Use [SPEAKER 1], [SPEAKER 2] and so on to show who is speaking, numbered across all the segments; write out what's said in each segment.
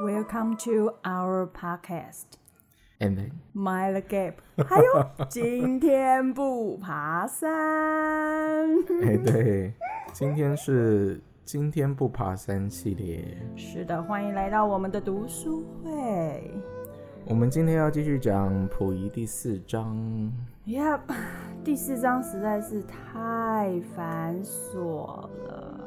[SPEAKER 1] Welcome to our podcast.
[SPEAKER 2] And then
[SPEAKER 1] My the gap，还 有今天不爬山，
[SPEAKER 2] 哎，对，今天是今天不爬山系列，
[SPEAKER 1] 是的，欢迎来到我们的读书会。
[SPEAKER 2] 我们今天要继续讲溥仪第四章。
[SPEAKER 1] Yep，第四章实在是太繁琐了。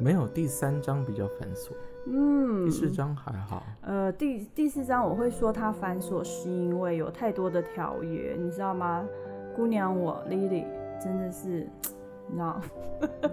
[SPEAKER 2] 没有第三章比较繁琐，
[SPEAKER 1] 嗯
[SPEAKER 2] 第，四章还好。
[SPEAKER 1] 呃，第第四章我会说它繁琐，是因为有太多的条约，你知道吗？姑娘我 Lily 真的是，你知道，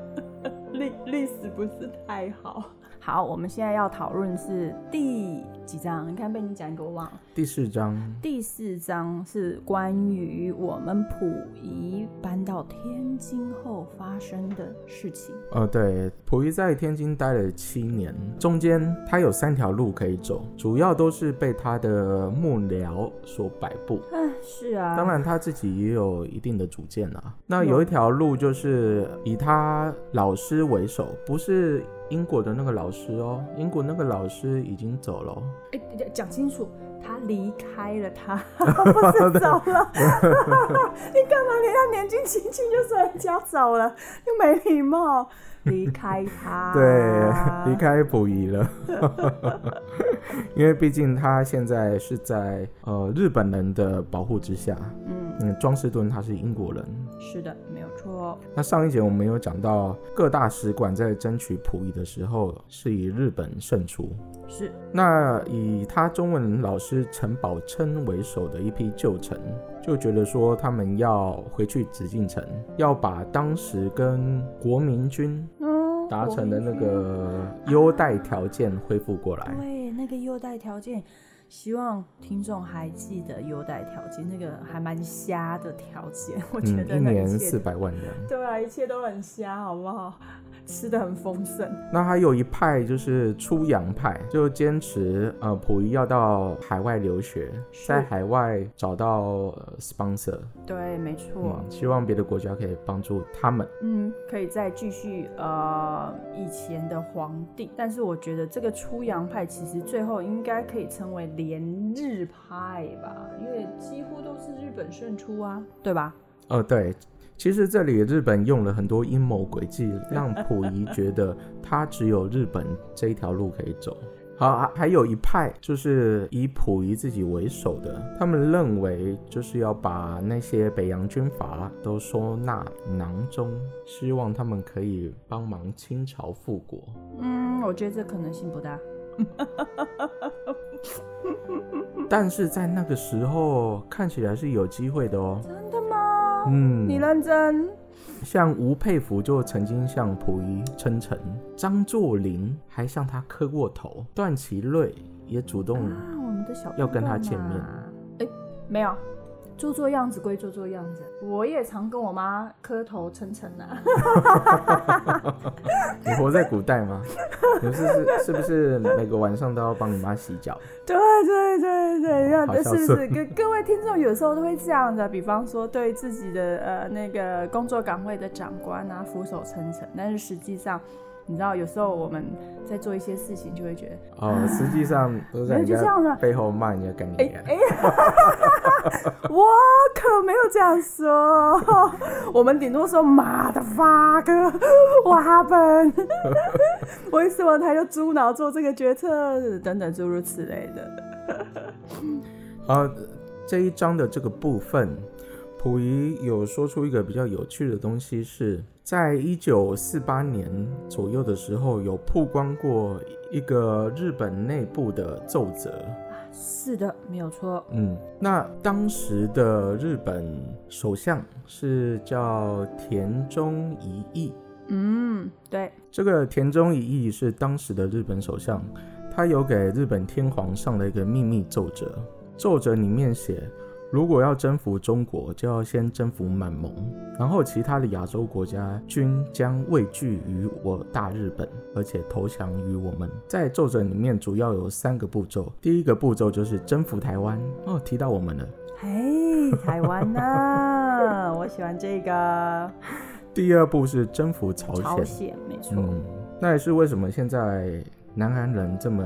[SPEAKER 1] 历历史不是太好。好，我们现在要讨论是第几章？你看被你讲一个我忘了。
[SPEAKER 2] 第四章，
[SPEAKER 1] 第四章是关于我们溥仪搬到天津后发生的事情。
[SPEAKER 2] 呃，对，溥仪在天津待了七年，中间他有三条路可以走，主要都是被他的幕僚所摆布。
[SPEAKER 1] 哎，是啊，
[SPEAKER 2] 当然他自己也有一定的主见啦。那
[SPEAKER 1] 嗯
[SPEAKER 2] 有一条路就是以他老师为首，不是英国的那个老师哦，英国那个老师已经走了哦。
[SPEAKER 1] 哎、讲清楚，他离开了他， 不是走了。 你干嘛？人家年纪轻轻就说人家走了，又没礼貌。离开他，啊
[SPEAKER 2] 对，离。开溥仪了，因为毕竟他现在是在呃日本人的保护之下。
[SPEAKER 1] 嗯，
[SPEAKER 2] 嗯，庄士敦他是英国人。
[SPEAKER 1] 是的，没有错。
[SPEAKER 2] 那上一节我们有讲到各大使馆在争取溥仪的时候，是以日本胜出。
[SPEAKER 1] 是，
[SPEAKER 2] 那以他中文老师陈宝琛为首的一批旧臣，就觉得说他们要回去紫禁城，要把当时跟国民军
[SPEAKER 1] 嗯，
[SPEAKER 2] 达成的那
[SPEAKER 1] 我
[SPEAKER 2] 个优待条件恢复过来
[SPEAKER 1] 明白。。对，那个优待条件，希望听众还记得优待条件，那个还蛮瞎的条件，我觉
[SPEAKER 2] 嗯，
[SPEAKER 1] 得
[SPEAKER 2] 一
[SPEAKER 1] 那
[SPEAKER 2] 年
[SPEAKER 1] 一切
[SPEAKER 2] 四。百万人。
[SPEAKER 1] 对啊，一切都很瞎，好不好？吃的很丰盛，
[SPEAKER 2] 那还有一派就是出洋派，就坚持呃溥仪要到海外留学，
[SPEAKER 1] 是
[SPEAKER 2] 在海外找到呃 sponsor，
[SPEAKER 1] 对，没错。
[SPEAKER 2] 嗯，希望别的国家可以帮助他们。
[SPEAKER 1] 嗯，可以再继续呃以前的皇帝，但是我觉得这个出洋派其实最后应该可以称为连日派吧，因为几乎都是日本胜出啊，对吧？
[SPEAKER 2] 哦，对，其实这里日本用了很多阴谋诡计，让溥仪觉得他只有日本这一条路可以走。好，还还有一派就是以溥仪自己为首的，他们认为就是要把那些北洋军阀都收纳囊中，希望他们可以帮忙清朝复国。
[SPEAKER 1] 嗯，我觉得这可能性不大。
[SPEAKER 2] 但是在那个时候看起来是有机会的哦。
[SPEAKER 1] 真的吗？
[SPEAKER 2] 嗯，
[SPEAKER 1] 你认真？
[SPEAKER 2] 像吴佩孚就曾经向溥仪称臣，张作霖还向他磕过头，段祺瑞也主动。
[SPEAKER 1] 啊，我们的小
[SPEAKER 2] 要跟他见面
[SPEAKER 1] 朋友嘛。哎、没有，做做样子归做做样子，我也常跟我妈磕头称臣啊。
[SPEAKER 2] 你活在古代吗？ 你是是是不是每个晚上都要帮你妈洗 脚？
[SPEAKER 1] 对对对对，
[SPEAKER 2] 哦
[SPEAKER 1] 让呃
[SPEAKER 2] 好
[SPEAKER 1] 是
[SPEAKER 2] 孝
[SPEAKER 1] 不是
[SPEAKER 2] 顺
[SPEAKER 1] 各各位听众有时候都会这样的？比方说对自己的呃那个工作岗位的长官啊俯首称臣，但是实际上。你知道，有时候我们在做一些事情，就会觉得，
[SPEAKER 2] 哦，实际上都在
[SPEAKER 1] 啊没
[SPEAKER 2] 人
[SPEAKER 1] 有就这样
[SPEAKER 2] 家
[SPEAKER 1] 了
[SPEAKER 2] 背后骂人家干你
[SPEAKER 1] 哎、
[SPEAKER 2] 娘。
[SPEAKER 1] 哎， 我可没有这样说， 我们顶多说妈的发哥，我哈本， 为什么他就猪脑做这个决策，等等诸如此类的。
[SPEAKER 2] 呃，这一章的这个部分，溥仪有说出一个比较有趣的东西是，在一九四八年左右的时候，有曝光过一个日本内部的奏折。
[SPEAKER 1] 是的，没有错。
[SPEAKER 2] 嗯，那当时的日本首相是叫田中仪义，
[SPEAKER 1] 嗯，对，
[SPEAKER 2] 这个田中仪义是当时的日本首相，他有给日本天皇上的一个秘密奏折，奏折里面写，如果要征服中国，就要先征服满蒙，然后其他的亚洲国家均将畏惧于我大日本，而且投降于我们。在奏折里面主要有三个步骤，第一个步骤就是征服台湾，哦，提到我们了。
[SPEAKER 1] 嘿，台湾呢、 我喜欢这个
[SPEAKER 2] 第二步是征服朝鲜，嗯
[SPEAKER 1] 朝鲜，没错。
[SPEAKER 2] 嗯，那也是为什么现在南韩人这么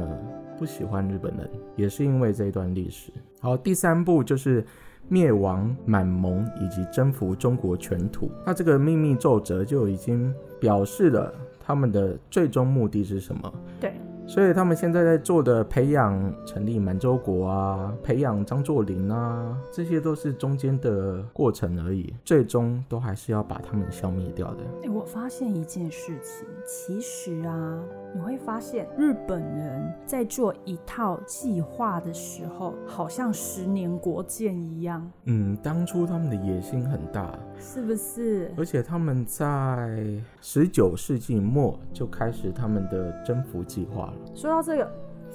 [SPEAKER 2] 不喜欢日本人，也是因为这一段历史。好，第三步就是灭亡满蒙以及征服中国全土。那这个秘密奏折就已经表示了他们的最终目的是什么。
[SPEAKER 1] 对，
[SPEAKER 2] 所以他们现在在做的培养成立满洲国啊，培养张作霖啊，这些都是中间的过程而已，最终都还是要把他们消灭掉的。
[SPEAKER 1] 哎，我发现一件事情，其实啊，你会发现日本人在做一套计划的时候，好像十年国建一样，
[SPEAKER 2] 嗯，当初他们的野心很大，
[SPEAKER 1] 是不是？
[SPEAKER 2] 而且他们在十九世纪末就开始他们的征服计划了。
[SPEAKER 1] 说到这个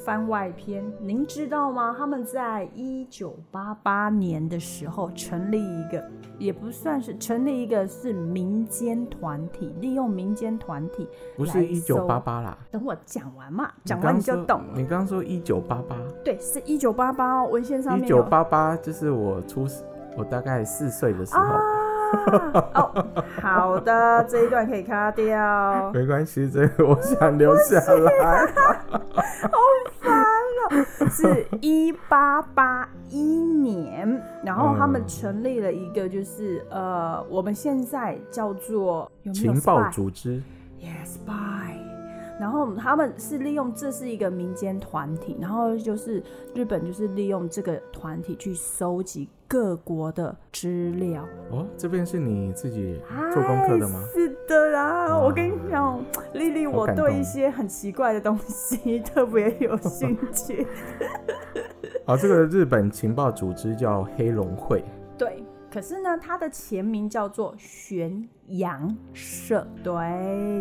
[SPEAKER 1] 番外篇，您知道吗？他们在一九八八年的时候成立一个，也不算是成立一个，是民间团体，利用民间团体。
[SPEAKER 2] 不是
[SPEAKER 1] 来
[SPEAKER 2] 一九八
[SPEAKER 1] 搜
[SPEAKER 2] 八啦，
[SPEAKER 1] 等我讲完嘛，
[SPEAKER 2] 你
[SPEAKER 1] 讲
[SPEAKER 2] 刚
[SPEAKER 1] 完你就
[SPEAKER 2] 说
[SPEAKER 1] 懂了。
[SPEAKER 2] 你刚刚说一九八八，
[SPEAKER 1] 对，是一九八八哦，文献上
[SPEAKER 2] 一
[SPEAKER 1] 面
[SPEAKER 2] 九
[SPEAKER 1] 有
[SPEAKER 2] 八八就是我出我大概四岁的时候。
[SPEAKER 1] 啊。哦，好的，这一段可以卡掉。
[SPEAKER 2] 没关系，这个我想留下 来。
[SPEAKER 1] 啊是一八八一年，然后他们成立了一个，就是、呃，我们现在叫做有没有
[SPEAKER 2] 情报
[SPEAKER 1] spy？
[SPEAKER 2] 组织，
[SPEAKER 1] Yes, bye。然后他们是利用这是一个民间团体，然后就是日本就是利用这个团体去搜集各国的资料。
[SPEAKER 2] 哦，这边是你自己做功课的吗
[SPEAKER 1] 哎？是的啦，
[SPEAKER 2] 哇
[SPEAKER 1] 我跟你讲，丽丽，
[SPEAKER 2] 好
[SPEAKER 1] 我
[SPEAKER 2] 感动
[SPEAKER 1] 对一些很奇怪的东西特别有兴 趣。
[SPEAKER 2] 好，哦这个日本情报组织叫黑龙会，
[SPEAKER 1] 对，可是呢，它的前名叫做玄阳社。对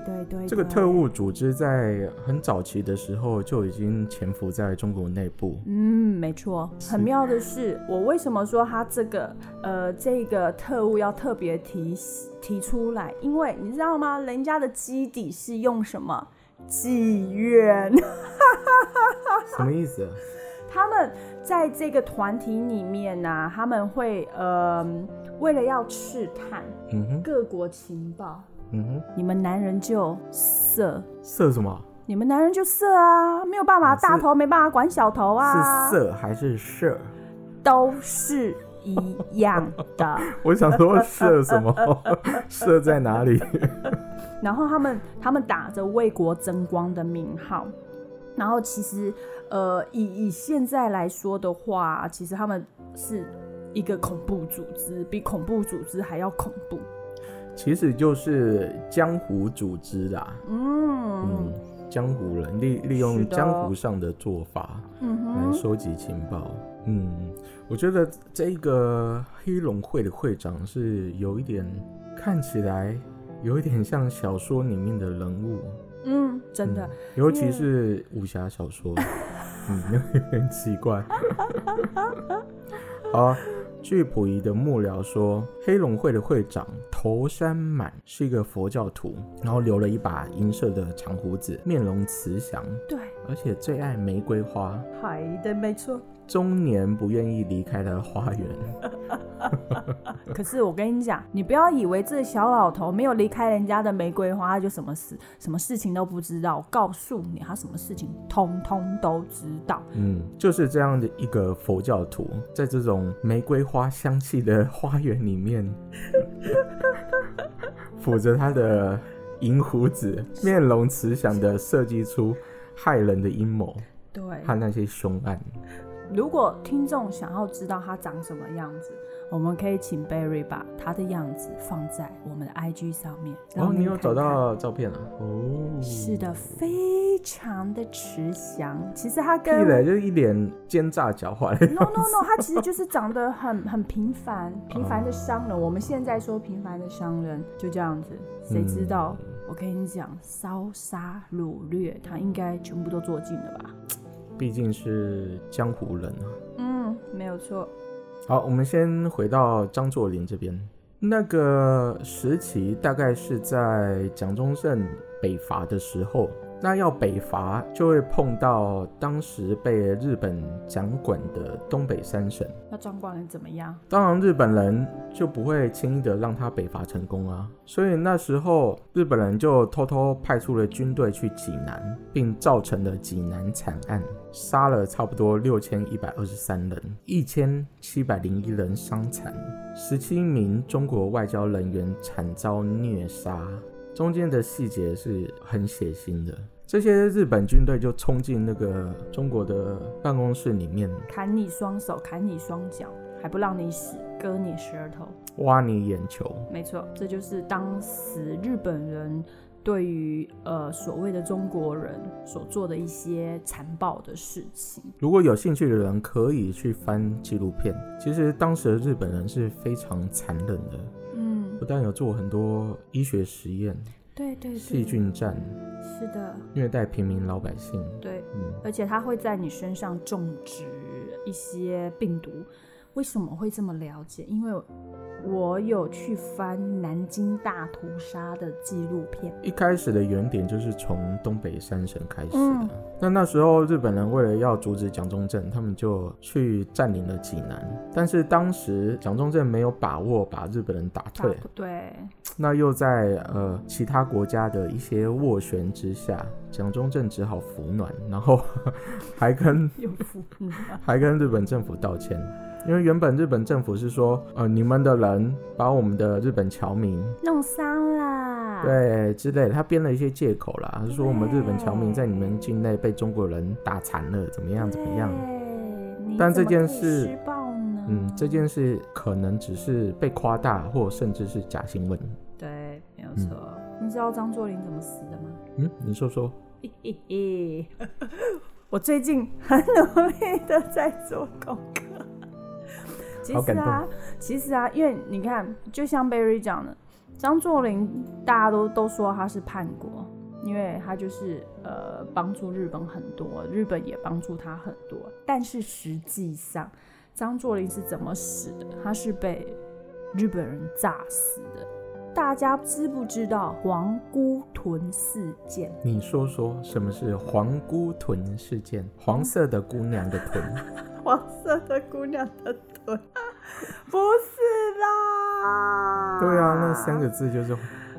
[SPEAKER 1] 对对，
[SPEAKER 2] 这个
[SPEAKER 1] 对
[SPEAKER 2] 特务组织在很早期的时候就已经潜伏在中国内部。
[SPEAKER 1] 嗯，没错。很妙的是，我为什么说他这个呃这个特务要特别提提出来？因为你知道吗？人家的基底是用什么？妓院。
[SPEAKER 2] 什么意思啊？
[SPEAKER 1] 他们在这个团体里面呢、啊他们会呃为了要试探
[SPEAKER 2] 嗯哼，
[SPEAKER 1] 各国情报，
[SPEAKER 2] 嗯哼，
[SPEAKER 1] 你们男人就色。
[SPEAKER 2] 色什么？
[SPEAKER 1] 你们男人就色啊，没有办法，
[SPEAKER 2] 是
[SPEAKER 1] 大头没办法管小头啊，
[SPEAKER 2] 是色还是色？
[SPEAKER 1] 都是一样的。
[SPEAKER 2] 我想说色什么？ 色在哪里？
[SPEAKER 1] 然后他们他们打着为国争光的名号，然后其实呃，以以现在来说的话，其实他们是一个恐怖组织，比恐怖组织还要恐怖。
[SPEAKER 2] 其实就是江湖组织啦。
[SPEAKER 1] 嗯
[SPEAKER 2] 嗯，江湖人利利
[SPEAKER 1] 是
[SPEAKER 2] 用
[SPEAKER 1] 的
[SPEAKER 2] 江湖上的做法
[SPEAKER 1] 嗯
[SPEAKER 2] 来
[SPEAKER 1] 哼，
[SPEAKER 2] 收集情报。嗯，我觉得这个黑龙会的会长是有一点看起来有一点像小说里面的人物，
[SPEAKER 1] 嗯，真的
[SPEAKER 2] 嗯，尤其是武侠 小说，嗯，有点奇怪。 好啊、据溥仪的幕僚说，黑龙会的会长头山满是一个佛教徒，然后留了一把银色的长胡子，面容慈祥，
[SPEAKER 1] 对，
[SPEAKER 2] 而且最爱玫瑰花，
[SPEAKER 1] 海的没 错。
[SPEAKER 2] 终年不愿意离开他的花园。
[SPEAKER 1] 可是我跟你讲，你不要以为这小老头没有离开人家的玫瑰花，他就什么事什么事情都不知道。我告诉你，他什么事情通通都知道。
[SPEAKER 2] 嗯，就是这样的一个佛教徒，在这种玫瑰花香气的花园里面， 抚着他的银胡子，面容慈祥的设计出害人的阴谋
[SPEAKER 1] 对，
[SPEAKER 2] 和那些凶案。
[SPEAKER 1] 如果听众想要知道他长什么样子，我们可以请 Barry 把他的样子放在我们的 IG 上面。
[SPEAKER 2] 哦，
[SPEAKER 1] 让
[SPEAKER 2] 你有找
[SPEAKER 1] 看看
[SPEAKER 2] 到照片啊？哦，
[SPEAKER 1] 是的，非常的慈祥。其实他
[SPEAKER 2] 一
[SPEAKER 1] 跟
[SPEAKER 2] 来就是一脸奸诈狡猾的
[SPEAKER 1] No No No，他其实就是长得很很平凡，平凡的商人。我们现在说平凡的商人就这样子，谁知道？我跟你讲，烧杀掳掠，他应该全部都做尽了吧？
[SPEAKER 2] 毕竟是江湖人啊。
[SPEAKER 1] 嗯，没有错。
[SPEAKER 2] 好，我们先回到张作霖这边。那个时期大概是在蒋中正北伐的时候，那要北伐就会碰到当时被日本掌管的东北三省。
[SPEAKER 1] 那张冠人怎么样？
[SPEAKER 2] 当然，日本人就不会轻易的让他北伐成功啊。所以那时候日本人就偷偷派出了军队去济南，并造成了济南惨案，杀了差不多六千一百二十三人，一千七百零一人伤残，十七名中国外交人员惨遭虐杀。中间的细节是很血腥的。这些日本军队就冲进那个中国的办公室里面，
[SPEAKER 1] 砍你双手，砍你双脚，还不让你死，割你舌头。
[SPEAKER 2] 挖你眼球。
[SPEAKER 1] 没错，这就是当时日本人对于呃所谓的中国人所做的一些残暴的事情。
[SPEAKER 2] 如果有兴趣的人，可以去翻纪录片。其实当时的日本人是非常残忍的，
[SPEAKER 1] 嗯，
[SPEAKER 2] 不但有做很多医学实验、
[SPEAKER 1] 对对对，
[SPEAKER 2] 细菌战、
[SPEAKER 1] 是的，
[SPEAKER 2] 虐待平民老百姓。
[SPEAKER 1] 对，
[SPEAKER 2] 嗯，
[SPEAKER 1] 而且它会在你身上种植一些病毒。为什么会这么了解？因为我有去翻南京大屠杀的纪录片。
[SPEAKER 2] 一开始的原点就是从东北三省开始的。
[SPEAKER 1] 嗯
[SPEAKER 2] 那那时候日本人为了要阻止蒋中正，他们就去占领了济南。但是当时蒋中正没有把握把日本人打退，
[SPEAKER 1] 大屠 对，
[SPEAKER 2] 那又在呃其他国家的一些斡旋之下，蒋中正只好服软，然后 还跟
[SPEAKER 1] 有福你啊
[SPEAKER 2] 还跟日本政府道歉，因为原本日本政府是说，呃，你们的人把我们的日本侨民
[SPEAKER 1] 弄伤啦。，
[SPEAKER 2] 对之类的，他编了一些借口啦，他说我们日本侨民
[SPEAKER 1] 对
[SPEAKER 2] 在你们境内被中国人打残了，怎么样怎么样。
[SPEAKER 1] 对？你
[SPEAKER 2] 但
[SPEAKER 1] 怎么
[SPEAKER 2] 这件
[SPEAKER 1] 可以
[SPEAKER 2] 事
[SPEAKER 1] 施暴呢？
[SPEAKER 2] 嗯，这件事可能只是被夸大，或甚至是假新闻。
[SPEAKER 1] 对，没有错。你知道张作霖怎么死的吗？
[SPEAKER 2] 嗯，你说说。
[SPEAKER 1] 嘿嘿嘿， 我最近很努力的在做功课。其
[SPEAKER 2] 好
[SPEAKER 1] 实
[SPEAKER 2] 感
[SPEAKER 1] 啊，其实啊，因为你看，就像 Berry 讲的，张作霖大家都都说他是叛国，因为他就是呃帮助日本很多，日本也帮助他很多。但是实际上，张作霖是怎么死的？他是被日本人炸死的。大家知不知道皇姑屯事件？
[SPEAKER 2] 你说说什么是皇姑屯事件？黄色的姑娘的臀，
[SPEAKER 1] 黄色的姑娘的腿， 不是啦。
[SPEAKER 2] 对啊，那三个字就是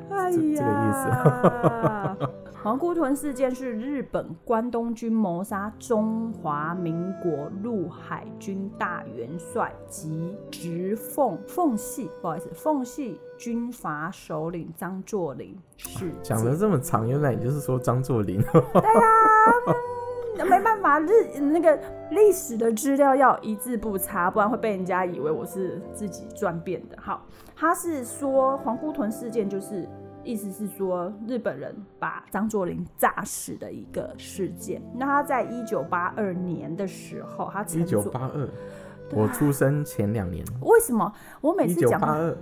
[SPEAKER 1] 哎呀，
[SPEAKER 2] 这这个意
[SPEAKER 1] 思。 皇姑屯事件是日本关东军谋杀中华民国陆海军大元帅及直奉奉系，不好意思，奉系军阀首领张作霖事件
[SPEAKER 2] 讲。了这么长，原来你就是说张 作霖。
[SPEAKER 1] 没办法，日那个历史的资料要一字不差，不然会被人家以为我是自己转变的。好，他是说皇姑屯事件就是。意思是说，日本人把张作霖炸死的一个事件。那他在一九八二年的时候，他
[SPEAKER 2] 一
[SPEAKER 1] 乘
[SPEAKER 2] 九
[SPEAKER 1] 坐
[SPEAKER 2] 八二，我出生前两年。
[SPEAKER 1] 为什么我每
[SPEAKER 2] 一
[SPEAKER 1] 次
[SPEAKER 2] 九
[SPEAKER 1] 讲
[SPEAKER 2] 八二，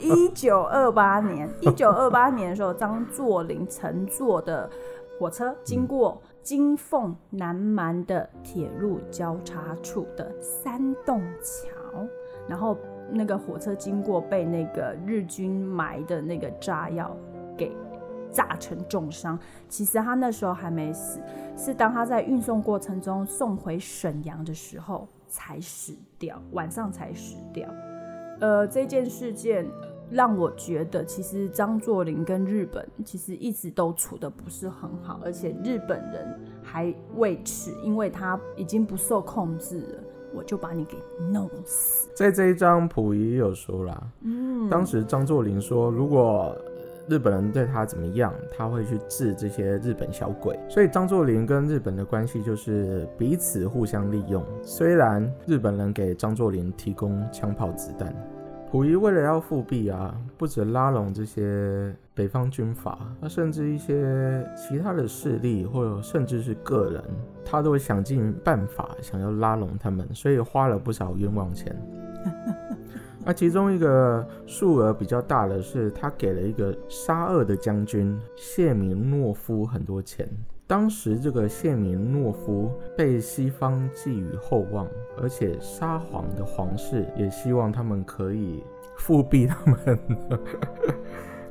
[SPEAKER 1] 一九二八年，一九二八年的时候，张作霖乘坐的火车经过金凤南蛮的铁路交叉处的三栋桥，然后那个火车经过被那个日军埋的那个炸药给炸成重伤。其实他那时候还没死，是当他在运送过程中送回沈阳的时候才死掉，晚上才死掉。呃，这件事件让我觉得，其实张作霖跟日本其实一直都处的不是很好，而且日本人还为此，因为他已经不受控制了，我就把你给弄死。
[SPEAKER 2] 在这一章溥仪也有说啦，
[SPEAKER 1] 嗯，
[SPEAKER 2] 当时张作霖说，如果日本人对他怎么样，他会去治这些日本小鬼。所以张作霖跟日本的关系就是彼此互相利用。虽然日本人给张作霖提供枪炮子弹，溥仪为了要复辟啊，不止拉拢这些北方军阀，他甚至一些其他的势力，或者甚至是个人，他都会想尽办法想要拉拢他们，所以花了不少冤枉钱。那其中一个数额比较大的是，他给了一个沙俄的将军谢米诺夫很多钱。当时这个谢米诺夫被西方寄予厚望，而且沙皇的皇室也希望他们可以复辟他们。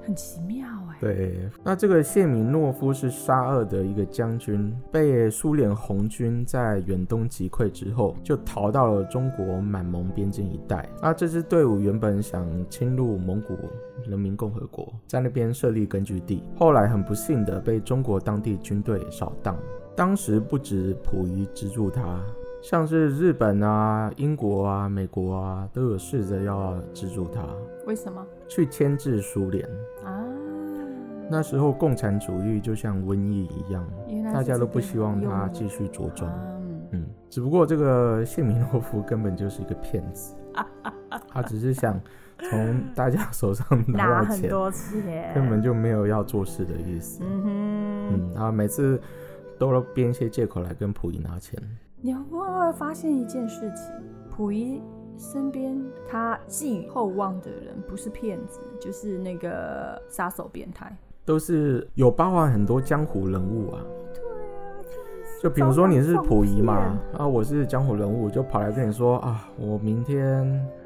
[SPEAKER 1] 很奇妙哎、
[SPEAKER 2] 对，那这个谢米诺夫是沙俄的一个将军，被苏联红军在远东击溃之后，就逃到了中国满蒙边境一带。那这支队伍原本想侵入蒙古人民共和国，在那边设立根据地，后来很不幸的被中国当地军队扫荡。当时不止溥仪资助他，像是日本啊、英国啊、美国啊，都有试着要资助他
[SPEAKER 1] 为什么
[SPEAKER 2] 去牵制苏联。
[SPEAKER 1] 啊？
[SPEAKER 2] 那时候共产主义就像瘟疫一样，
[SPEAKER 1] 原来
[SPEAKER 2] 大家都不希望它
[SPEAKER 1] 他
[SPEAKER 2] 继续着装。
[SPEAKER 1] 嗯，
[SPEAKER 2] 嗯，只不过这个谢米诺夫根本就是一个骗 子，他只是想从大家手上拿
[SPEAKER 1] 拿
[SPEAKER 2] 到
[SPEAKER 1] 很
[SPEAKER 2] 钱，
[SPEAKER 1] 多钱，
[SPEAKER 2] 根本就没有要做事的意思。
[SPEAKER 1] 嗯哼，
[SPEAKER 2] 嗯，他每次都要编一些借口来跟溥仪拿钱。
[SPEAKER 1] 你会不会发现一件事情？溥仪身边他寄予厚望的人不是骗子，就是那个杀手变态。
[SPEAKER 2] 都是有包含很多江湖人物啊。就比如说你是溥仪嘛，啊，我是江湖人物，就跑来跟你说啊，我明天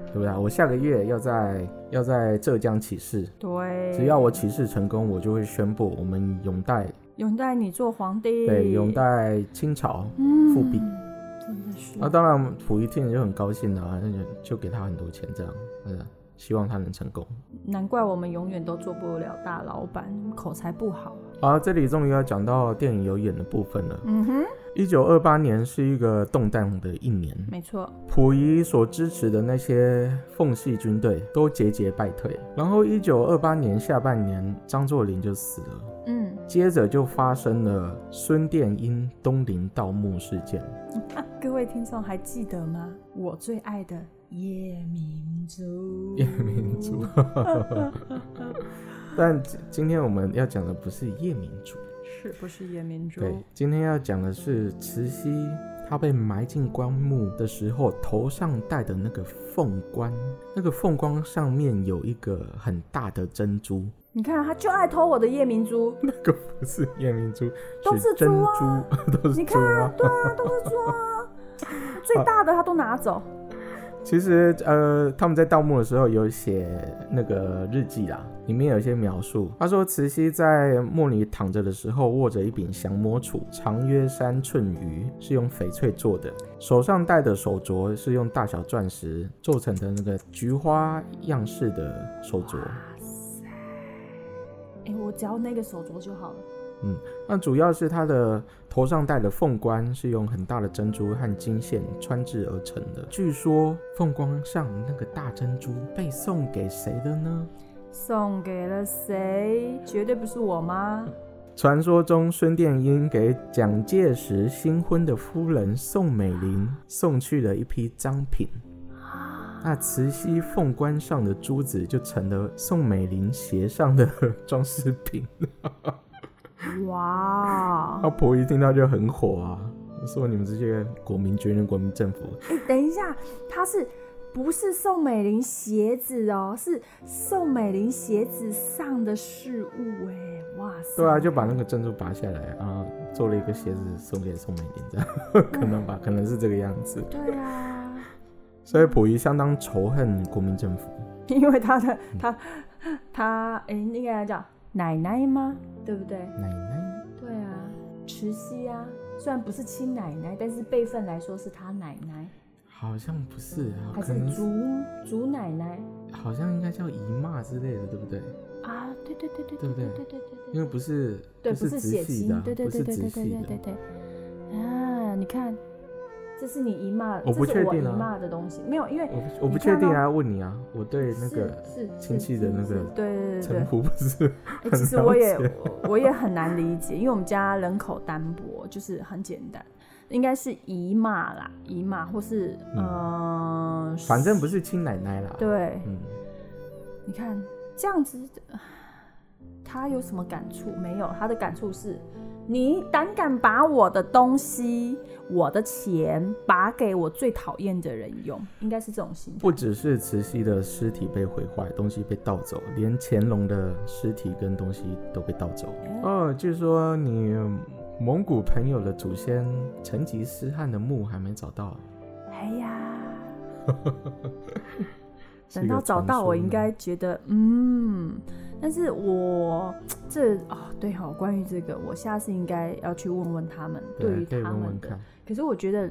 [SPEAKER 2] 对不对？我下个月要在要在浙江起事，
[SPEAKER 1] 对，
[SPEAKER 2] 只要我起事成功，我就会宣布我们永代
[SPEAKER 1] 永代你做皇帝，
[SPEAKER 2] 对永代清朝。
[SPEAKER 1] 嗯
[SPEAKER 2] 复辟，
[SPEAKER 1] 真的是
[SPEAKER 2] 那、当然，溥仪听了就很高兴啊，那就就给他很多钱这样，嗯，希望他能成功。
[SPEAKER 1] 难怪我们永远都做不了大老板，口才不好。
[SPEAKER 2] 好、啊，这里终于要讲到电影有演的部分了。
[SPEAKER 1] 嗯哼，
[SPEAKER 2] 一九二八年是一个动荡的一年，
[SPEAKER 1] 没错，
[SPEAKER 2] 溥仪所支持的那些奉系军队都节节败退。然后，一九二八年下半年，张作霖就死了。
[SPEAKER 1] 嗯，
[SPEAKER 2] 接着就发生了孙殿英东林盗墓事件。
[SPEAKER 1] 啊，各位听众还记得吗？我最爱的夜明珠，
[SPEAKER 2] 夜明珠， 但今今天我们要讲的不是夜明珠，
[SPEAKER 1] 是不是夜明珠？
[SPEAKER 2] 对，今天要讲的是慈禧她被埋进棺木的时候，头上戴的那个凤冠，那个凤冠上面有一个很大的珍珠。
[SPEAKER 1] 你看，啊他就爱偷我的夜明珠，
[SPEAKER 2] 那个不是夜明珠，
[SPEAKER 1] 都是
[SPEAKER 2] 珍
[SPEAKER 1] 猪
[SPEAKER 2] 珠，
[SPEAKER 1] 啊
[SPEAKER 2] 都是
[SPEAKER 1] 你
[SPEAKER 2] 猪
[SPEAKER 1] 看
[SPEAKER 2] 啊。
[SPEAKER 1] 对啊，都是猪啊， 最大的他都拿走，
[SPEAKER 2] 其实呃，他们在盗墓的时候有写那个日记啦，里面有一些描述。他说慈禧在墓里躺着的时候，握着一柄降魔杵，长约三寸余，是用翡翠做的，手上戴的手镯是用大小钻石做成的那个菊花样式的手镯。
[SPEAKER 1] 哎、我只要那个手镯就好了。
[SPEAKER 2] 那主要是它的头上戴的凤冠是用很大的珍珠和金线穿制而成的。据说凤冠上那个大珍珠被送给谁的呢？
[SPEAKER 1] 送给了谁？绝对不是我 妈。
[SPEAKER 2] 传说中，孙殿英给蒋介石新婚的夫人宋美龄送去了一批赃品。那慈禧凤冠上的珠子就成了宋美龄鞋上的装饰品。
[SPEAKER 1] 哇！
[SPEAKER 2] 那溥仪听到就很火啊，说你们这些国民军人、国民政府
[SPEAKER 1] 哎、等一下，他是不是宋美龄鞋子哦？是宋美龄鞋子上的事物哎、哇塞！
[SPEAKER 2] 对啊，就把那个珍珠拔下来啊，做了一个鞋子送给宋美龄，这样 可能吧，可能是这个样子。
[SPEAKER 1] 对啊，
[SPEAKER 2] 所以溥仪相当仇恨国民政府，
[SPEAKER 1] 因为他的他他哎、应该来讲奶奶吗？对不对？
[SPEAKER 2] 奶奶
[SPEAKER 1] 对啊，慈禧啊，虽然不是亲奶奶，但是辈分来说是她奶奶，
[SPEAKER 2] 好像不是啊，
[SPEAKER 1] 还
[SPEAKER 2] 可
[SPEAKER 1] 是
[SPEAKER 2] 能
[SPEAKER 1] 祖祖奶奶
[SPEAKER 2] 好像应该叫姨妈之类的，对不对？
[SPEAKER 1] 啊？对对对对
[SPEAKER 2] 对不对
[SPEAKER 1] 对对对对
[SPEAKER 2] 因为不是
[SPEAKER 1] 对，
[SPEAKER 2] 不
[SPEAKER 1] 不是
[SPEAKER 2] 直
[SPEAKER 1] 血
[SPEAKER 2] 系
[SPEAKER 1] 亲
[SPEAKER 2] 的啊，，
[SPEAKER 1] 对对
[SPEAKER 2] 不
[SPEAKER 1] 对
[SPEAKER 2] 是
[SPEAKER 1] 对
[SPEAKER 2] 直
[SPEAKER 1] 对对
[SPEAKER 2] 系
[SPEAKER 1] 对对
[SPEAKER 2] 的，
[SPEAKER 1] 对。啊，你看，这是你姨妈，
[SPEAKER 2] 我不
[SPEAKER 1] 这是
[SPEAKER 2] 确
[SPEAKER 1] 我
[SPEAKER 2] 定
[SPEAKER 1] 姨
[SPEAKER 2] 啊
[SPEAKER 1] 妈的东西，没有，因为
[SPEAKER 2] 我不我不
[SPEAKER 1] 你
[SPEAKER 2] 确
[SPEAKER 1] 看
[SPEAKER 2] 定
[SPEAKER 1] 到
[SPEAKER 2] 啊，问你啊，我对那
[SPEAKER 1] 是
[SPEAKER 2] 个
[SPEAKER 1] 是是
[SPEAKER 2] 亲戚的
[SPEAKER 1] 是
[SPEAKER 2] 那
[SPEAKER 1] 是
[SPEAKER 2] 个
[SPEAKER 1] 对对对
[SPEAKER 2] 称
[SPEAKER 1] 对
[SPEAKER 2] 呼不是
[SPEAKER 1] 对，哎，
[SPEAKER 2] 很
[SPEAKER 1] 其实
[SPEAKER 2] 了
[SPEAKER 1] 我也
[SPEAKER 2] 解
[SPEAKER 1] 我我也很难理解，因为我们家人口单薄，就是很简单，应该是姨妈啦，姨妈或是嗯，
[SPEAKER 2] 反正不是亲奶奶啦。，
[SPEAKER 1] 对，
[SPEAKER 2] 嗯，
[SPEAKER 1] 你看这样子，唉他有什么感触？没有，他的感触是：你胆敢把我的东西、我的钱拔给我最讨厌的人用，应该是这种心态。
[SPEAKER 2] 不只是慈禧的尸体被毁坏，东西被盗走，连乾隆的尸体跟东西都被盗走。哦，据说你呃蒙古朋友的祖先成吉思汗的墓还没找到，啊
[SPEAKER 1] 哎 呀，
[SPEAKER 2] 是
[SPEAKER 1] 等
[SPEAKER 2] 一个
[SPEAKER 1] 到找
[SPEAKER 2] 传
[SPEAKER 1] 到
[SPEAKER 2] 说
[SPEAKER 1] 我，
[SPEAKER 2] 呢
[SPEAKER 1] 应该觉得嗯，但是我这哦，对哦，关于这个，我下次应该要去问问他们对于
[SPEAKER 2] 啊可以
[SPEAKER 1] 他
[SPEAKER 2] 问
[SPEAKER 1] 们
[SPEAKER 2] 问
[SPEAKER 1] 的。
[SPEAKER 2] 看。
[SPEAKER 1] 可是我觉得，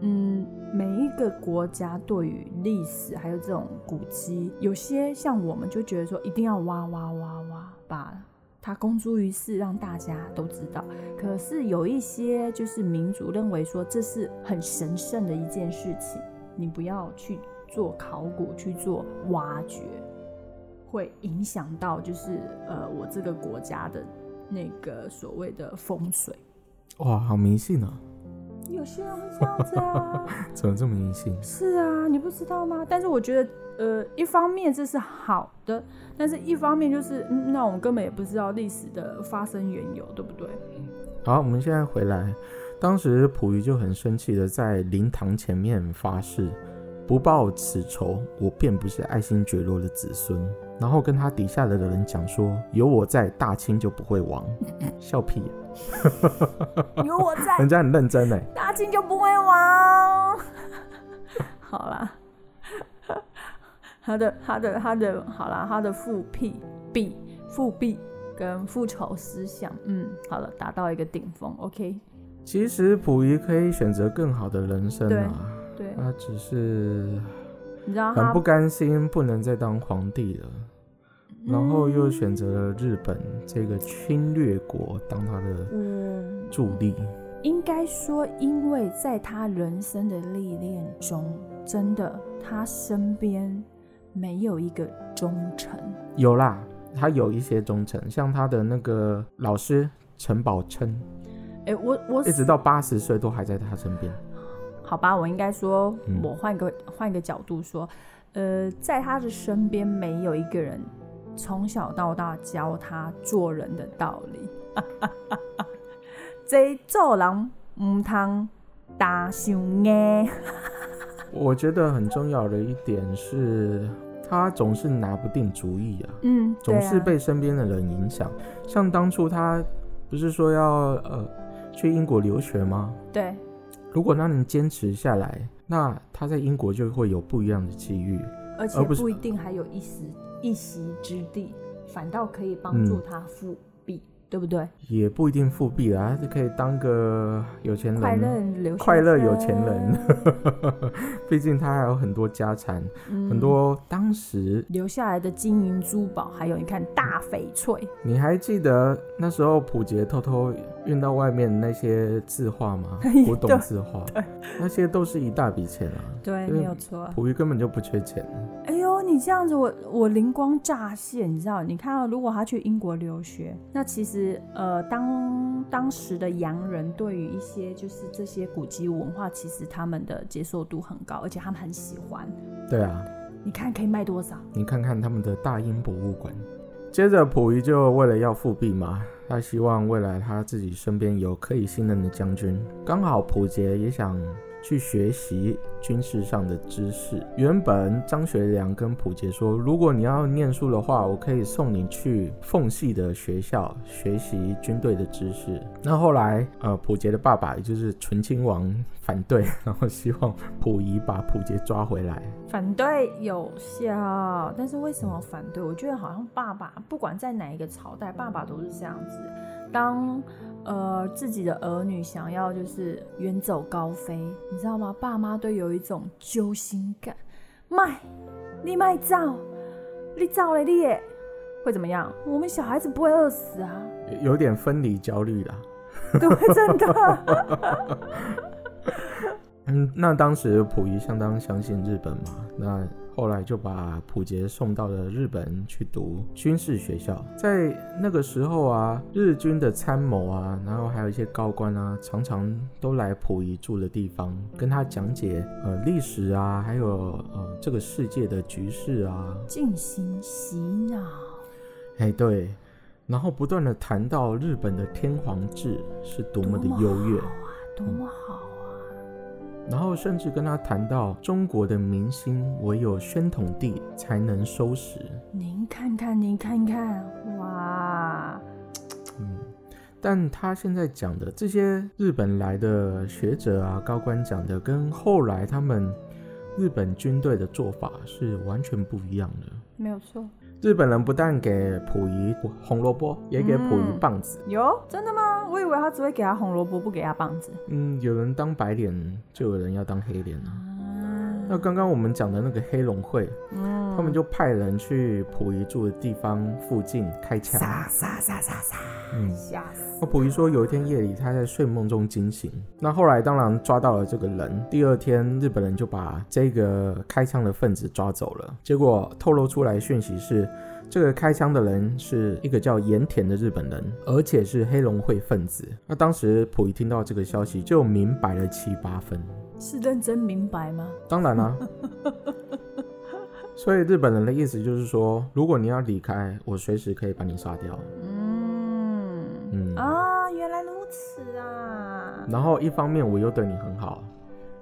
[SPEAKER 1] 嗯，每一个国家对于历史还有这种古迹，有些像我们就觉得说一定要挖挖挖挖，把它公诸于世，让大家都知道。可是有一些就是民族认为说这是很神圣的一件事情，你不要去做考古，去做挖掘，会影响到就是呃我这个国家的那个所谓的风水。
[SPEAKER 2] 哇，好迷信啊！
[SPEAKER 1] 有些人会这样子啊。
[SPEAKER 2] 怎么这么迷信？
[SPEAKER 1] 是啊，你不知道吗？但是我觉得，呃，一方面这是好的，但是一方面就是，嗯，那我们根本也不知道历史的发生缘由，对不对？
[SPEAKER 2] 好，我们现在回来。当时溥仪就很生气的在灵堂前面发誓，不报此仇，我便不是爱新觉罗的子孙。然后跟他底下的人讲说，有我在，大清就不会亡。笑屁、
[SPEAKER 1] 有我在
[SPEAKER 2] 人，家很认真哎。
[SPEAKER 1] 大清就不会亡。 好啦，他的他的他的好啦，他的复辟弊复辟跟复仇思想，嗯，好了，达到一个顶峰，OK，
[SPEAKER 2] 其实溥仪可以选择更好的人生啊，
[SPEAKER 1] 对，
[SPEAKER 2] 他只是
[SPEAKER 1] 你知道
[SPEAKER 2] 很
[SPEAKER 1] 他
[SPEAKER 2] 不甘心，不能再当皇帝了。然后又选择了日本这个侵略国当他的
[SPEAKER 1] 嗯。
[SPEAKER 2] 助力。
[SPEAKER 1] 应该说，因为在他人生的历练中，真的他身边没有一个忠臣。
[SPEAKER 2] 有啦，他有一些忠诚，像他的那个老师陈宝琛，
[SPEAKER 1] 哎、我我
[SPEAKER 2] 一直到八十岁都还在他身边。
[SPEAKER 1] 好吧，我应该说
[SPEAKER 2] 嗯，
[SPEAKER 1] 我换个换个角度说，呃，在他的身边没有一个人从小到大教他做人的道理。 这做人唔通打伤眼。
[SPEAKER 2] 我觉得很重要的一点是，他总是拿不定主意啊，
[SPEAKER 1] 嗯，对
[SPEAKER 2] 总
[SPEAKER 1] 啊
[SPEAKER 2] 是被身边的人影响。像当初他不是说要呃去英国留学吗？
[SPEAKER 1] 对
[SPEAKER 2] 如果让你坚持下来，那他在英国就会有不一样的机遇。
[SPEAKER 1] 而且
[SPEAKER 2] 而不是
[SPEAKER 1] 不一定还有一时一席之地，反倒可以帮助
[SPEAKER 2] 嗯
[SPEAKER 1] 他复辟，对不对？
[SPEAKER 2] 也不一定复辟啦，他可以当个有钱人，
[SPEAKER 1] 嗯快乐留学
[SPEAKER 2] 快乐有
[SPEAKER 1] 生
[SPEAKER 2] 钱 人， 毕竟他还有很多家产，
[SPEAKER 1] 嗯
[SPEAKER 2] 很多当时
[SPEAKER 1] 留下来的金银珠宝，还有你看大翡翠，
[SPEAKER 2] 你还记得那时候普杰偷偷运到外面那些字 画吗
[SPEAKER 1] 哎对？
[SPEAKER 2] 古董字画，那些都是一大笔钱啊。
[SPEAKER 1] 对，
[SPEAKER 2] 就是
[SPEAKER 1] 没有错。
[SPEAKER 2] 溥仪根本就不缺钱，
[SPEAKER 1] 哎呦，你这样子我，我灵光乍现，你知道？你看、啊，如果他去英国留学，那其实呃，当当时的洋人对于一些就是这些古籍文化，其实他们的接受度很高，而且他们很喜欢。
[SPEAKER 2] 对啊，
[SPEAKER 1] 你看可以卖多少？
[SPEAKER 2] 你看看他们的大英博物馆。接着，溥仪就为了要复辟嘛，他希望未来他自己身边有可以信任的将军。刚好溥杰也想去学习军事上的知识。原本张学良跟溥杰说，如果你要念书的话，我可以送你去奉系的学校学习军队的知识。那后来，呃，溥杰的爸爸也就是醇亲王反对，然后希望溥仪把溥杰抓回来。
[SPEAKER 1] 反对有效，但是为什么反对？我觉得好像爸爸不管在哪一个朝代，爸爸都是这样子。当呃自己的儿女想要就是远走高飞，你知道吗？爸妈都有一种揪心感，卖你卖照，你照了你也会怎么样？我们小孩子不会饿死啊，
[SPEAKER 2] 有点分离焦虑啦。
[SPEAKER 1] 对，真的。
[SPEAKER 2] 嗯，那当时溥仪相当相信日本嘛，那后来就把溥杰送到了日本去读军事学校。在那个时候啊，日军的参谋啊，然后还有一些高官啊，常常都来溥仪住的地方，跟他讲解呃历史啊，还有呃这个世界的局势啊。
[SPEAKER 1] 进行洗脑，
[SPEAKER 2] 哎，对，然后不断的谈到日本的天皇制是多么的优越。
[SPEAKER 1] 多么好啊，多么好啊！
[SPEAKER 2] 然后甚至跟他谈到中国的民心唯有宣统帝才能收拾。
[SPEAKER 1] 您看看，您看看，哇！
[SPEAKER 2] 嗯，但他现在讲的这些日本来的学者啊、高官讲的，跟后来他们日本军队的做法是完全不一样的。
[SPEAKER 1] 没有错。
[SPEAKER 2] 日本人不但给溥仪红萝卜，也给溥仪棒子。
[SPEAKER 1] 有真的吗？我以为他只会给他红萝卜，不给他棒子。
[SPEAKER 2] 嗯，有人当白脸，就有人要当黑脸啊。
[SPEAKER 1] 嗯
[SPEAKER 2] 那刚刚我们讲的那个黑龙会，
[SPEAKER 1] 嗯
[SPEAKER 2] 他们就派人去溥仪住的地方附近开枪。
[SPEAKER 1] 杀杀杀杀杀，
[SPEAKER 2] 嗯，
[SPEAKER 1] 吓死！
[SPEAKER 2] 那溥仪说有一天夜里他在睡梦中惊醒，那后来当然抓到了这个人。第二天日本人就把这个开枪的分子抓走了，结果透露出来讯息是。这个开枪的人是一个叫盐田的日本人，而且是黑龙会分子。那当时溥仪听到这个消息就明白了七八分。
[SPEAKER 1] 是认真明白吗？
[SPEAKER 2] 当 然啦、所以日本人的意思就是说，如果你要离开，我随时可以把你杀掉。
[SPEAKER 1] 嗯
[SPEAKER 2] 嗯，
[SPEAKER 1] 啊，原来如此啊！
[SPEAKER 2] 然后一方面我又对你很好，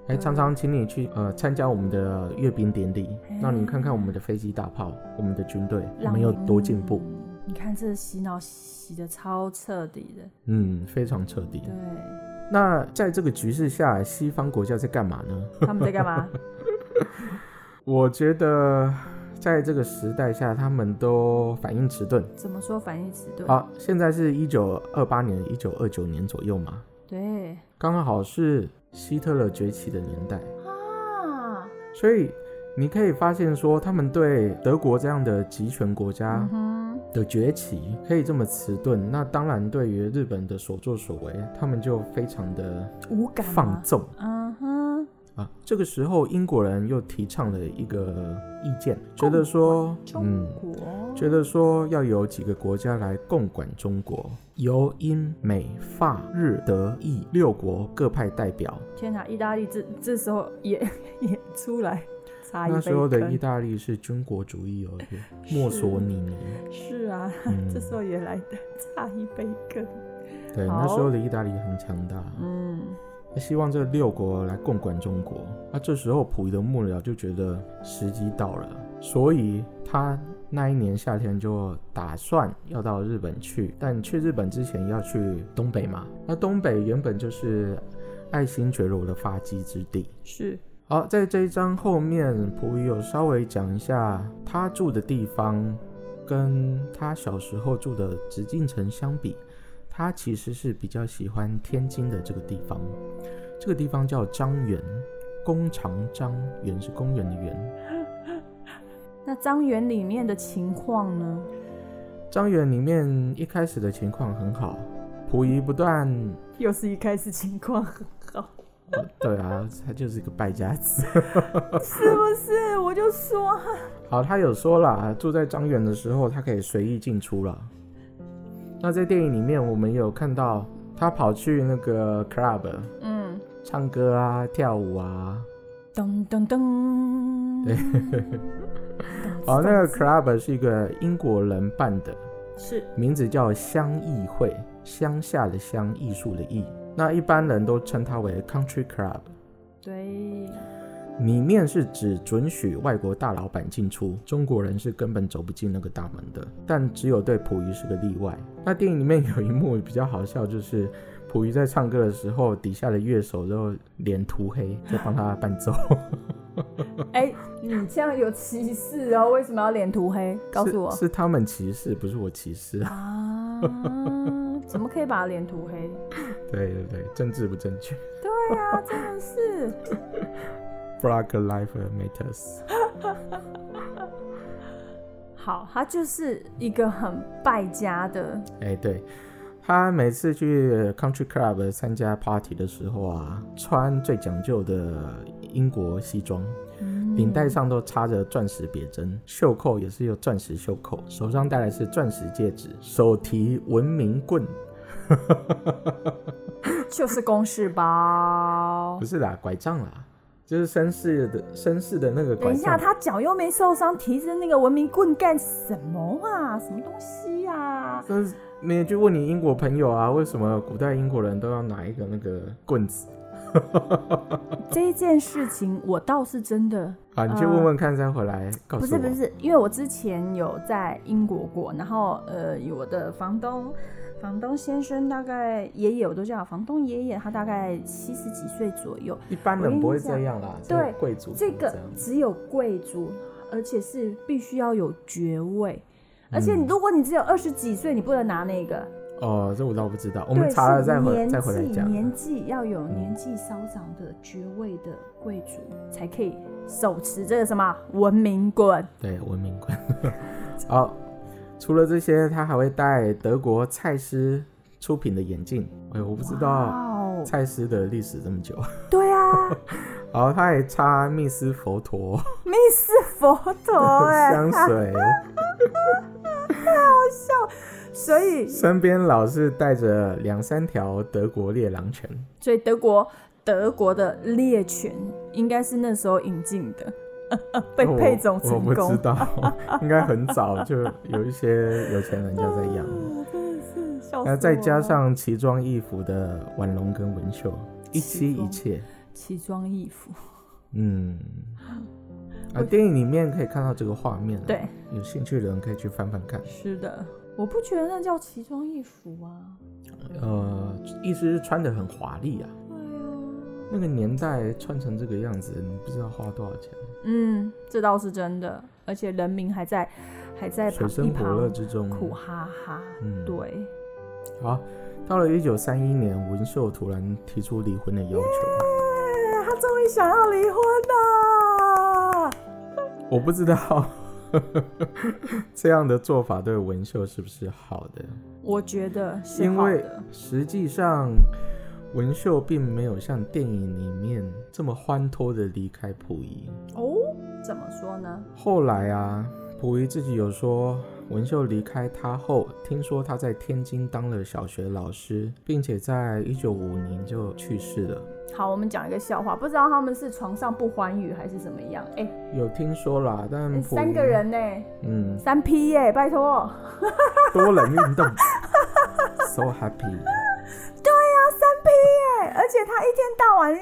[SPEAKER 2] 还常常请你去呃参加我们的阅兵典礼，让你看看我们的飞机大炮，我们的军队我
[SPEAKER 1] 让
[SPEAKER 2] 们
[SPEAKER 1] 你
[SPEAKER 2] 有多进步。
[SPEAKER 1] 你看这洗脑洗的超彻底的，
[SPEAKER 2] 嗯，非常彻底。
[SPEAKER 1] 对，
[SPEAKER 2] 那在这个局势下，西方国家在干嘛呢？
[SPEAKER 1] 他们在干嘛？
[SPEAKER 2] 我觉得在这个时代下，他们都反应迟钝。
[SPEAKER 1] 怎么说反义词对？
[SPEAKER 2] 好，现在是一九二八年、一九二九年左右嘛，
[SPEAKER 1] 对
[SPEAKER 2] 刚好是希特勒崛起的年代，
[SPEAKER 1] 啊，
[SPEAKER 2] 所以你可以发现说，他们对德国这样的集权国家
[SPEAKER 1] 嗯哼，
[SPEAKER 2] 的崛起可以这么迟钝，那当然对于日本的所作所为，他们就非常的
[SPEAKER 1] 无感吗
[SPEAKER 2] 放纵
[SPEAKER 1] 嗯哼，
[SPEAKER 2] 啊。这个时候，英国人又提倡了一个意见，觉得说，
[SPEAKER 1] 中
[SPEAKER 2] 嗯。
[SPEAKER 1] 国，
[SPEAKER 2] 觉得说要有几个国家来共管中国，由英、美、法、日、德、意六国各派代表。
[SPEAKER 1] 天哪，意大利这这时候也 也出来插一
[SPEAKER 2] 那
[SPEAKER 1] 杯
[SPEAKER 2] 时候的
[SPEAKER 1] 羹，
[SPEAKER 2] 意大利是军国主义而已，墨索里尼。
[SPEAKER 1] 是啊，
[SPEAKER 2] 嗯
[SPEAKER 1] 这时候也来的插一杯羹，
[SPEAKER 2] 对，
[SPEAKER 1] 好
[SPEAKER 2] 那时候的意大利很强大，
[SPEAKER 1] 嗯，
[SPEAKER 2] 希望这六国来共管中国。那这时候溥仪的幕僚就觉得时机到了，所以他那一年夏天就打算要到日本去，但去日本之前要去东北嘛。那东北原本就是爱新觉罗的发迹之地。
[SPEAKER 1] 是
[SPEAKER 2] 好，在这一章后面，溥仪有稍微讲一下他住的地方跟他小时候住的紫禁城相比，他其实是比较喜欢天津的这个地方。这个地方叫张园，弓长张，园是公园的园。
[SPEAKER 1] 那张园里面的情况呢？
[SPEAKER 2] 张园里面一开始的情况很好，溥仪不断，
[SPEAKER 1] 又是一开始情况很好，
[SPEAKER 2] 对啊，他就是一个败家子。
[SPEAKER 1] 是不是？我就说
[SPEAKER 2] 好，他有说了，住在张园的时候，他可以随意进出了。那在电影里面，我们有看到他跑去那个 club
[SPEAKER 1] 嗯，
[SPEAKER 2] 唱歌啊、跳舞啊。
[SPEAKER 1] 噔噔噔，
[SPEAKER 2] 对
[SPEAKER 1] 噔
[SPEAKER 2] 好，哦那个
[SPEAKER 1] 噔
[SPEAKER 2] club 是一个英国人办的，
[SPEAKER 1] 是
[SPEAKER 2] 名字叫乡艺会，乡下的乡，艺术的艺。那一般人都称它为 country club，
[SPEAKER 1] 对，
[SPEAKER 2] 里面是只准许外国大老板进出，中国人是根本走不进那个大门的。但只有对溥仪是个例外。那电影里面有一幕比较好笑，就是溥仪在唱歌的时候，底下的乐手都脸涂黑，在帮他伴奏。
[SPEAKER 1] 哎、你这样有歧视哦？为什么要脸涂黑？ 告诉我
[SPEAKER 2] 是，是他们歧视，不是我歧视 啊。
[SPEAKER 1] 啊，怎么可以把脸涂黑？
[SPEAKER 2] 对对对，政治不正确。
[SPEAKER 1] 对啊，真的是
[SPEAKER 2] Black life matters。
[SPEAKER 1] 好，他就是一个很败家的，
[SPEAKER 2] 哎、对。他每次去 country club 参加 party 的时候啊，穿最讲究的英国西装，
[SPEAKER 1] 嗯
[SPEAKER 2] 领带上都插着钻石别针，袖扣也是有钻石袖扣，手上戴的是钻石戒指，手提文明棍，
[SPEAKER 1] 就是公事包
[SPEAKER 2] 不。是啦，拐杖啦，就是绅士的绅士的那个
[SPEAKER 1] 等
[SPEAKER 2] 拐
[SPEAKER 1] 一下，
[SPEAKER 2] 杖。
[SPEAKER 1] 他脚又没受伤，提着那个文明棍干什么啊？什么东西啊？
[SPEAKER 2] 但是你就问你英国朋友啊，为什么古代英国人都要拿一个那个棍子
[SPEAKER 1] 这一件事情我倒是真的
[SPEAKER 2] 啊？你去问问看，再回来告
[SPEAKER 1] 呃不
[SPEAKER 2] 诉
[SPEAKER 1] 是
[SPEAKER 2] 我。
[SPEAKER 1] 不是，因为我之前有在英国过，然后呃，我的房东房东先生大概爷爷，我都叫他房东爷爷，他大概七十几岁左右。
[SPEAKER 2] 一般人不会这样啦，
[SPEAKER 1] 我跟你讲
[SPEAKER 2] 只有贵族才
[SPEAKER 1] 这
[SPEAKER 2] 会
[SPEAKER 1] 个
[SPEAKER 2] 样
[SPEAKER 1] 只有贵族，而且是必须要有爵位，而且
[SPEAKER 2] 嗯
[SPEAKER 1] 你如果你只有二十几岁，你不能拿那个。
[SPEAKER 2] 哦，这我倒不知道，我
[SPEAKER 1] 对，
[SPEAKER 2] 们查了
[SPEAKER 1] 是
[SPEAKER 2] 再回
[SPEAKER 1] 年
[SPEAKER 2] 再回来
[SPEAKER 1] 纪
[SPEAKER 2] 讲。啊嗯
[SPEAKER 1] 年纪要有年纪稍长的爵位的贵族才可以手持这个什么文明棍。
[SPEAKER 2] 对，文明观。 好，除了这些，他还会戴德国蔡司出品的眼镜。哎呦，我不知道
[SPEAKER 1] 哇哦，
[SPEAKER 2] 蔡司的历史这么久。
[SPEAKER 1] 对啊，
[SPEAKER 2] 然后他还擦密斯佛陀
[SPEAKER 1] 密斯佛陀 哎、
[SPEAKER 2] 香 水，
[SPEAKER 1] 所以
[SPEAKER 2] 身边老是带着两三条德国猎狼犬。
[SPEAKER 1] 所以德国德国的猎犬应该是那时候引进的，被
[SPEAKER 2] 哦我
[SPEAKER 1] 配种成
[SPEAKER 2] 我不
[SPEAKER 1] 功
[SPEAKER 2] 知。道，应该很早就有一些有钱人家在养。
[SPEAKER 1] 啊真的是笑死我
[SPEAKER 2] 那再加
[SPEAKER 1] 了
[SPEAKER 2] 上奇装异服的婉容跟文秀，一妻
[SPEAKER 1] 奇
[SPEAKER 2] 一
[SPEAKER 1] 装
[SPEAKER 2] 妾。
[SPEAKER 1] 奇装异服，
[SPEAKER 2] 嗯，啊，电影里面可以看到这个画面、啊，
[SPEAKER 1] 对，
[SPEAKER 2] 有兴趣的人可以去翻翻看。
[SPEAKER 1] 是的，我不觉得那叫奇装异服啊。
[SPEAKER 2] 呃，意思是穿的很华丽啊，
[SPEAKER 1] 哎呀，
[SPEAKER 2] 那个年代穿成这个样子，你不知道花多少钱，
[SPEAKER 1] 嗯，这倒是真的，而且人民还在还在
[SPEAKER 2] 水
[SPEAKER 1] 旁
[SPEAKER 2] 深
[SPEAKER 1] 一
[SPEAKER 2] 火热
[SPEAKER 1] 旁
[SPEAKER 2] 之中。
[SPEAKER 1] 苦哈哈。
[SPEAKER 2] 嗯，。
[SPEAKER 1] 对，
[SPEAKER 2] 好，到了一九三一年，文秀突然提出离婚的要求。
[SPEAKER 1] 哎他终于想要离婚了。
[SPEAKER 2] 我不知道 这样的做法对文秀是不是好的？
[SPEAKER 1] 我觉得是
[SPEAKER 2] 因
[SPEAKER 1] 好
[SPEAKER 2] 为
[SPEAKER 1] 的
[SPEAKER 2] 实际上，文秀并没有像电影里面这么欢脱的离开溥仪。
[SPEAKER 1] 哦，怎么说呢？
[SPEAKER 2] 后来啊，溥仪自己有说，文秀离开他后，听说他在天津当了小学老师，并且在一九五年就去世了。
[SPEAKER 1] 好，我们讲一个笑话，不知道他们是床上不欢愉还是怎么样？哎、
[SPEAKER 2] 有听说啦，但溥仪
[SPEAKER 1] 三个，人呢、
[SPEAKER 2] 嗯，
[SPEAKER 1] 三 P 耶、拜托，
[SPEAKER 2] 多人运动 ，so happy。
[SPEAKER 1] 对，而且他一天到晚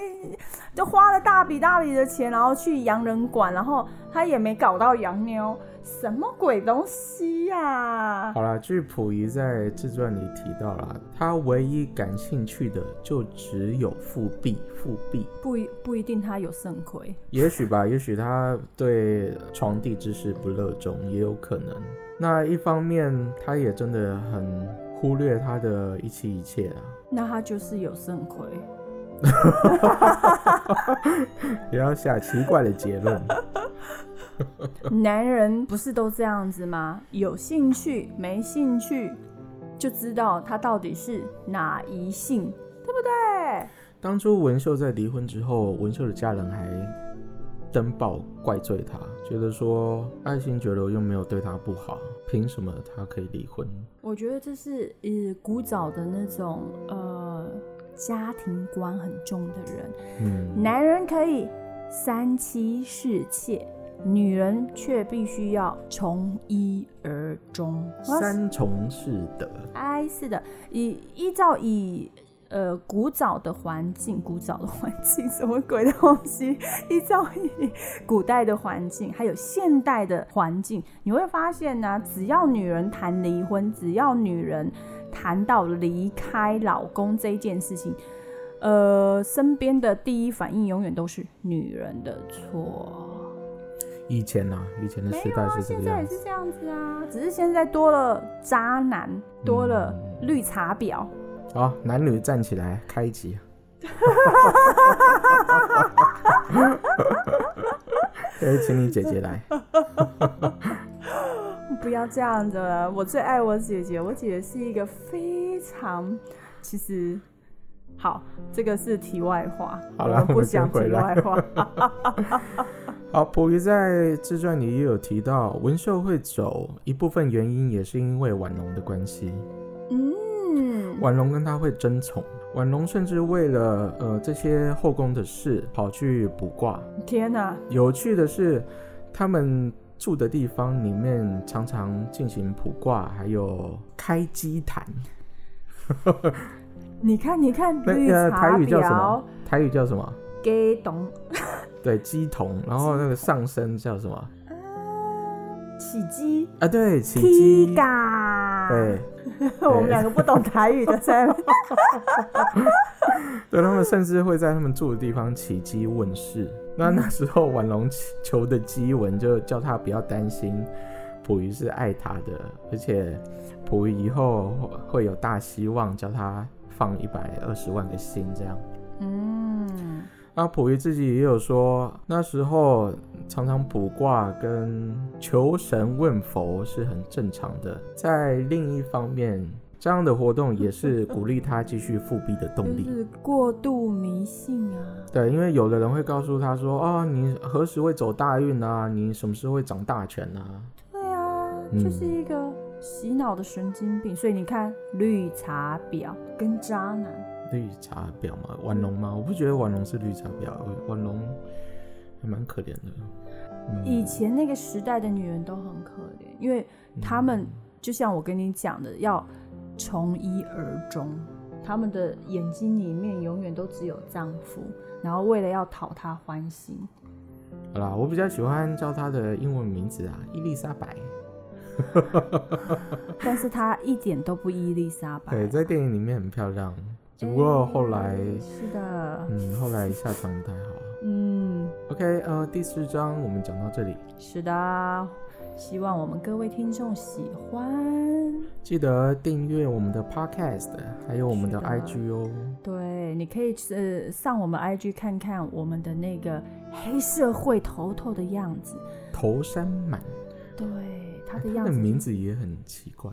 [SPEAKER 1] 就花了大笔大笔的钱，然后去洋人馆，然后他也没搞到洋妞，什么鬼东西呀、
[SPEAKER 2] 好啦，据溥仪在自传里提到啦，他唯一感兴趣的就只有复辟，复辟。
[SPEAKER 1] 不一不一定他有肾亏，
[SPEAKER 2] 也许吧，也许他对床地之事不热衷，也有可能。那一方面，他也真的很忽略他的一妻一妾啊，
[SPEAKER 1] 那他就是有肾亏。
[SPEAKER 2] 不要下奇怪的结论。
[SPEAKER 1] 男人不是都这样子吗？有兴趣没兴趣，就知道他到底是哪一性，对不对？
[SPEAKER 2] 当初文秀在离婚之后，文秀的家人还登报怪罪他，觉得说爱新觉罗又没有对他不好，凭什么他可以离婚？
[SPEAKER 1] 我觉得这是呃古早的那种呃家庭观很重的人，
[SPEAKER 2] 嗯，
[SPEAKER 1] 男人可以三妻四妾，女人却必须要从一而终。
[SPEAKER 2] 三从四德。
[SPEAKER 1] 哎，是的，以依照以呃古早的环境，古早的环境什么鬼的东西？依照以古代的环境，还有现代的环境，你会发现呢、只要女人谈离婚，只要女人谈到离开老公这件事情。呃，身边的第一反应永远都是女人的错。
[SPEAKER 2] 以前啊，以前的时代是这个
[SPEAKER 1] 现在
[SPEAKER 2] 样
[SPEAKER 1] 也
[SPEAKER 2] 子
[SPEAKER 1] 是。这样子啊，只是现在多了渣男，多了
[SPEAKER 2] 嗯
[SPEAKER 1] 绿茶婊。
[SPEAKER 2] 好，哦男女站起来，开 一集。啊可以哎请你姐姐来。
[SPEAKER 1] 不要这样子了，我最爱我姐姐，我姐姐是一个非常，其实，好，这个是题外话，
[SPEAKER 2] 好啦
[SPEAKER 1] 了，
[SPEAKER 2] 我
[SPEAKER 1] 不
[SPEAKER 2] 们先
[SPEAKER 1] 讲题
[SPEAKER 2] 回来
[SPEAKER 1] 外 话。
[SPEAKER 2] 好，溥仪在自传里也有提到，文秀会走一部分原因也是因为婉容的关系，
[SPEAKER 1] 嗯，
[SPEAKER 2] 婉容跟他会争宠，婉容甚至为了呃这些后宫的事跑去卜卦。
[SPEAKER 1] 天哪、
[SPEAKER 2] 有趣的是，他们住的地方里面常常进行卜卦，还有开机坛。
[SPEAKER 1] 你看，你看，
[SPEAKER 2] 那
[SPEAKER 1] 绿
[SPEAKER 2] 呃
[SPEAKER 1] 茶
[SPEAKER 2] 台语叫什
[SPEAKER 1] 婊
[SPEAKER 2] 么，？台语叫什么？
[SPEAKER 1] 给懂
[SPEAKER 2] 对，鸡童，然后那个上身叫什么？
[SPEAKER 1] 起鸡
[SPEAKER 2] 啊，对，起
[SPEAKER 1] 踢
[SPEAKER 2] 鸡。
[SPEAKER 1] 嘎，
[SPEAKER 2] 哎、
[SPEAKER 1] 我们两个不懂台语的在 那边，
[SPEAKER 2] 对他们甚至会在他们住的地方起鸡问世。那那时候婉容祈求的鸡文就叫他不要担心，溥仪是爱他的，而且溥仪以后会有大希望，叫他放一百二十万个心这样。
[SPEAKER 1] 嗯，
[SPEAKER 2] 那溥仪自己也有说，那时候常常卜卦跟求神问佛是很正常的。在另一方面，这样的活动也是鼓励他继续复辟的动
[SPEAKER 1] 就
[SPEAKER 2] 力。
[SPEAKER 1] 是过度迷信啊，
[SPEAKER 2] 对，因为有的人会告诉他说：“哦，你何时会走大运啊？你什么时候会长大权啊
[SPEAKER 1] 对啊，
[SPEAKER 2] 嗯
[SPEAKER 1] 就是一个洗脑的神经病。所以你看，绿茶婊跟渣男，？”
[SPEAKER 2] 绿茶婊嘛，婉容吗？我不觉得婉容是绿茶婊，婉容还蛮可怜的。嗯
[SPEAKER 1] 以前那个时代的女人都很可怜，因为她们就像我跟你讲的，要从一而终，她们的眼睛里面永远都只有丈夫，然后为了要讨他欢心，
[SPEAKER 2] 好啦，我比较喜欢叫她的英文名字啊，伊丽莎白。
[SPEAKER 1] 但是她一点都不伊丽莎白。嗯
[SPEAKER 2] 对，在电影里面很漂亮，只不过后来，
[SPEAKER 1] 是的，
[SPEAKER 2] 嗯，后来下场不太好。
[SPEAKER 1] 嗯，
[SPEAKER 2] OK，呃，第四章我们讲到这里，
[SPEAKER 1] 是的，希望我们各位听众喜欢。
[SPEAKER 2] 记得订阅我们的 Podcast，还有我们的
[SPEAKER 1] 是的
[SPEAKER 2] IG 哦。
[SPEAKER 1] 对，你可以呃上我们 IG 看看我们的那个黑社会头头的样子，
[SPEAKER 2] 头山满，
[SPEAKER 1] 对他
[SPEAKER 2] 哎
[SPEAKER 1] 的样
[SPEAKER 2] 的
[SPEAKER 1] 子
[SPEAKER 2] 名字也很奇怪，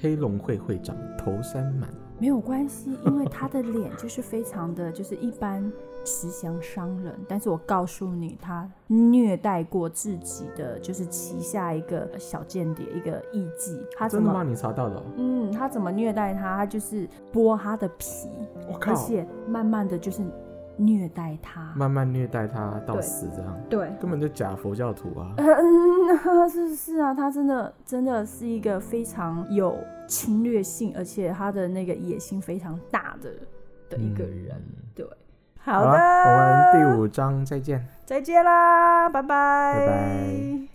[SPEAKER 2] 黑龙会会长头山满。
[SPEAKER 1] 没有关系，因为他的脸就是非常的就是一般慈祥商人，但是我告诉你，他虐待过自己的就是旗下一个小间谍一个艺妓，他怎
[SPEAKER 2] 真的吗？
[SPEAKER 1] 么？
[SPEAKER 2] 你查到了哦？
[SPEAKER 1] 嗯，他怎么虐待他？他就是剥他的皮，
[SPEAKER 2] 我
[SPEAKER 1] 而
[SPEAKER 2] 靠！
[SPEAKER 1] 且慢慢的就是虐待他。
[SPEAKER 2] 慢慢虐待他到
[SPEAKER 1] 对
[SPEAKER 2] 死，这样
[SPEAKER 1] 对，
[SPEAKER 2] 根本就假佛教徒啊！
[SPEAKER 1] 嗯，是是啊，他真的真的是一个非常有侵略性，而且他的那个野心非常大的的 一个人。
[SPEAKER 2] 嗯
[SPEAKER 1] 对，好的，
[SPEAKER 2] 啦我们第五章再见。
[SPEAKER 1] 再见啦，拜拜
[SPEAKER 2] 拜拜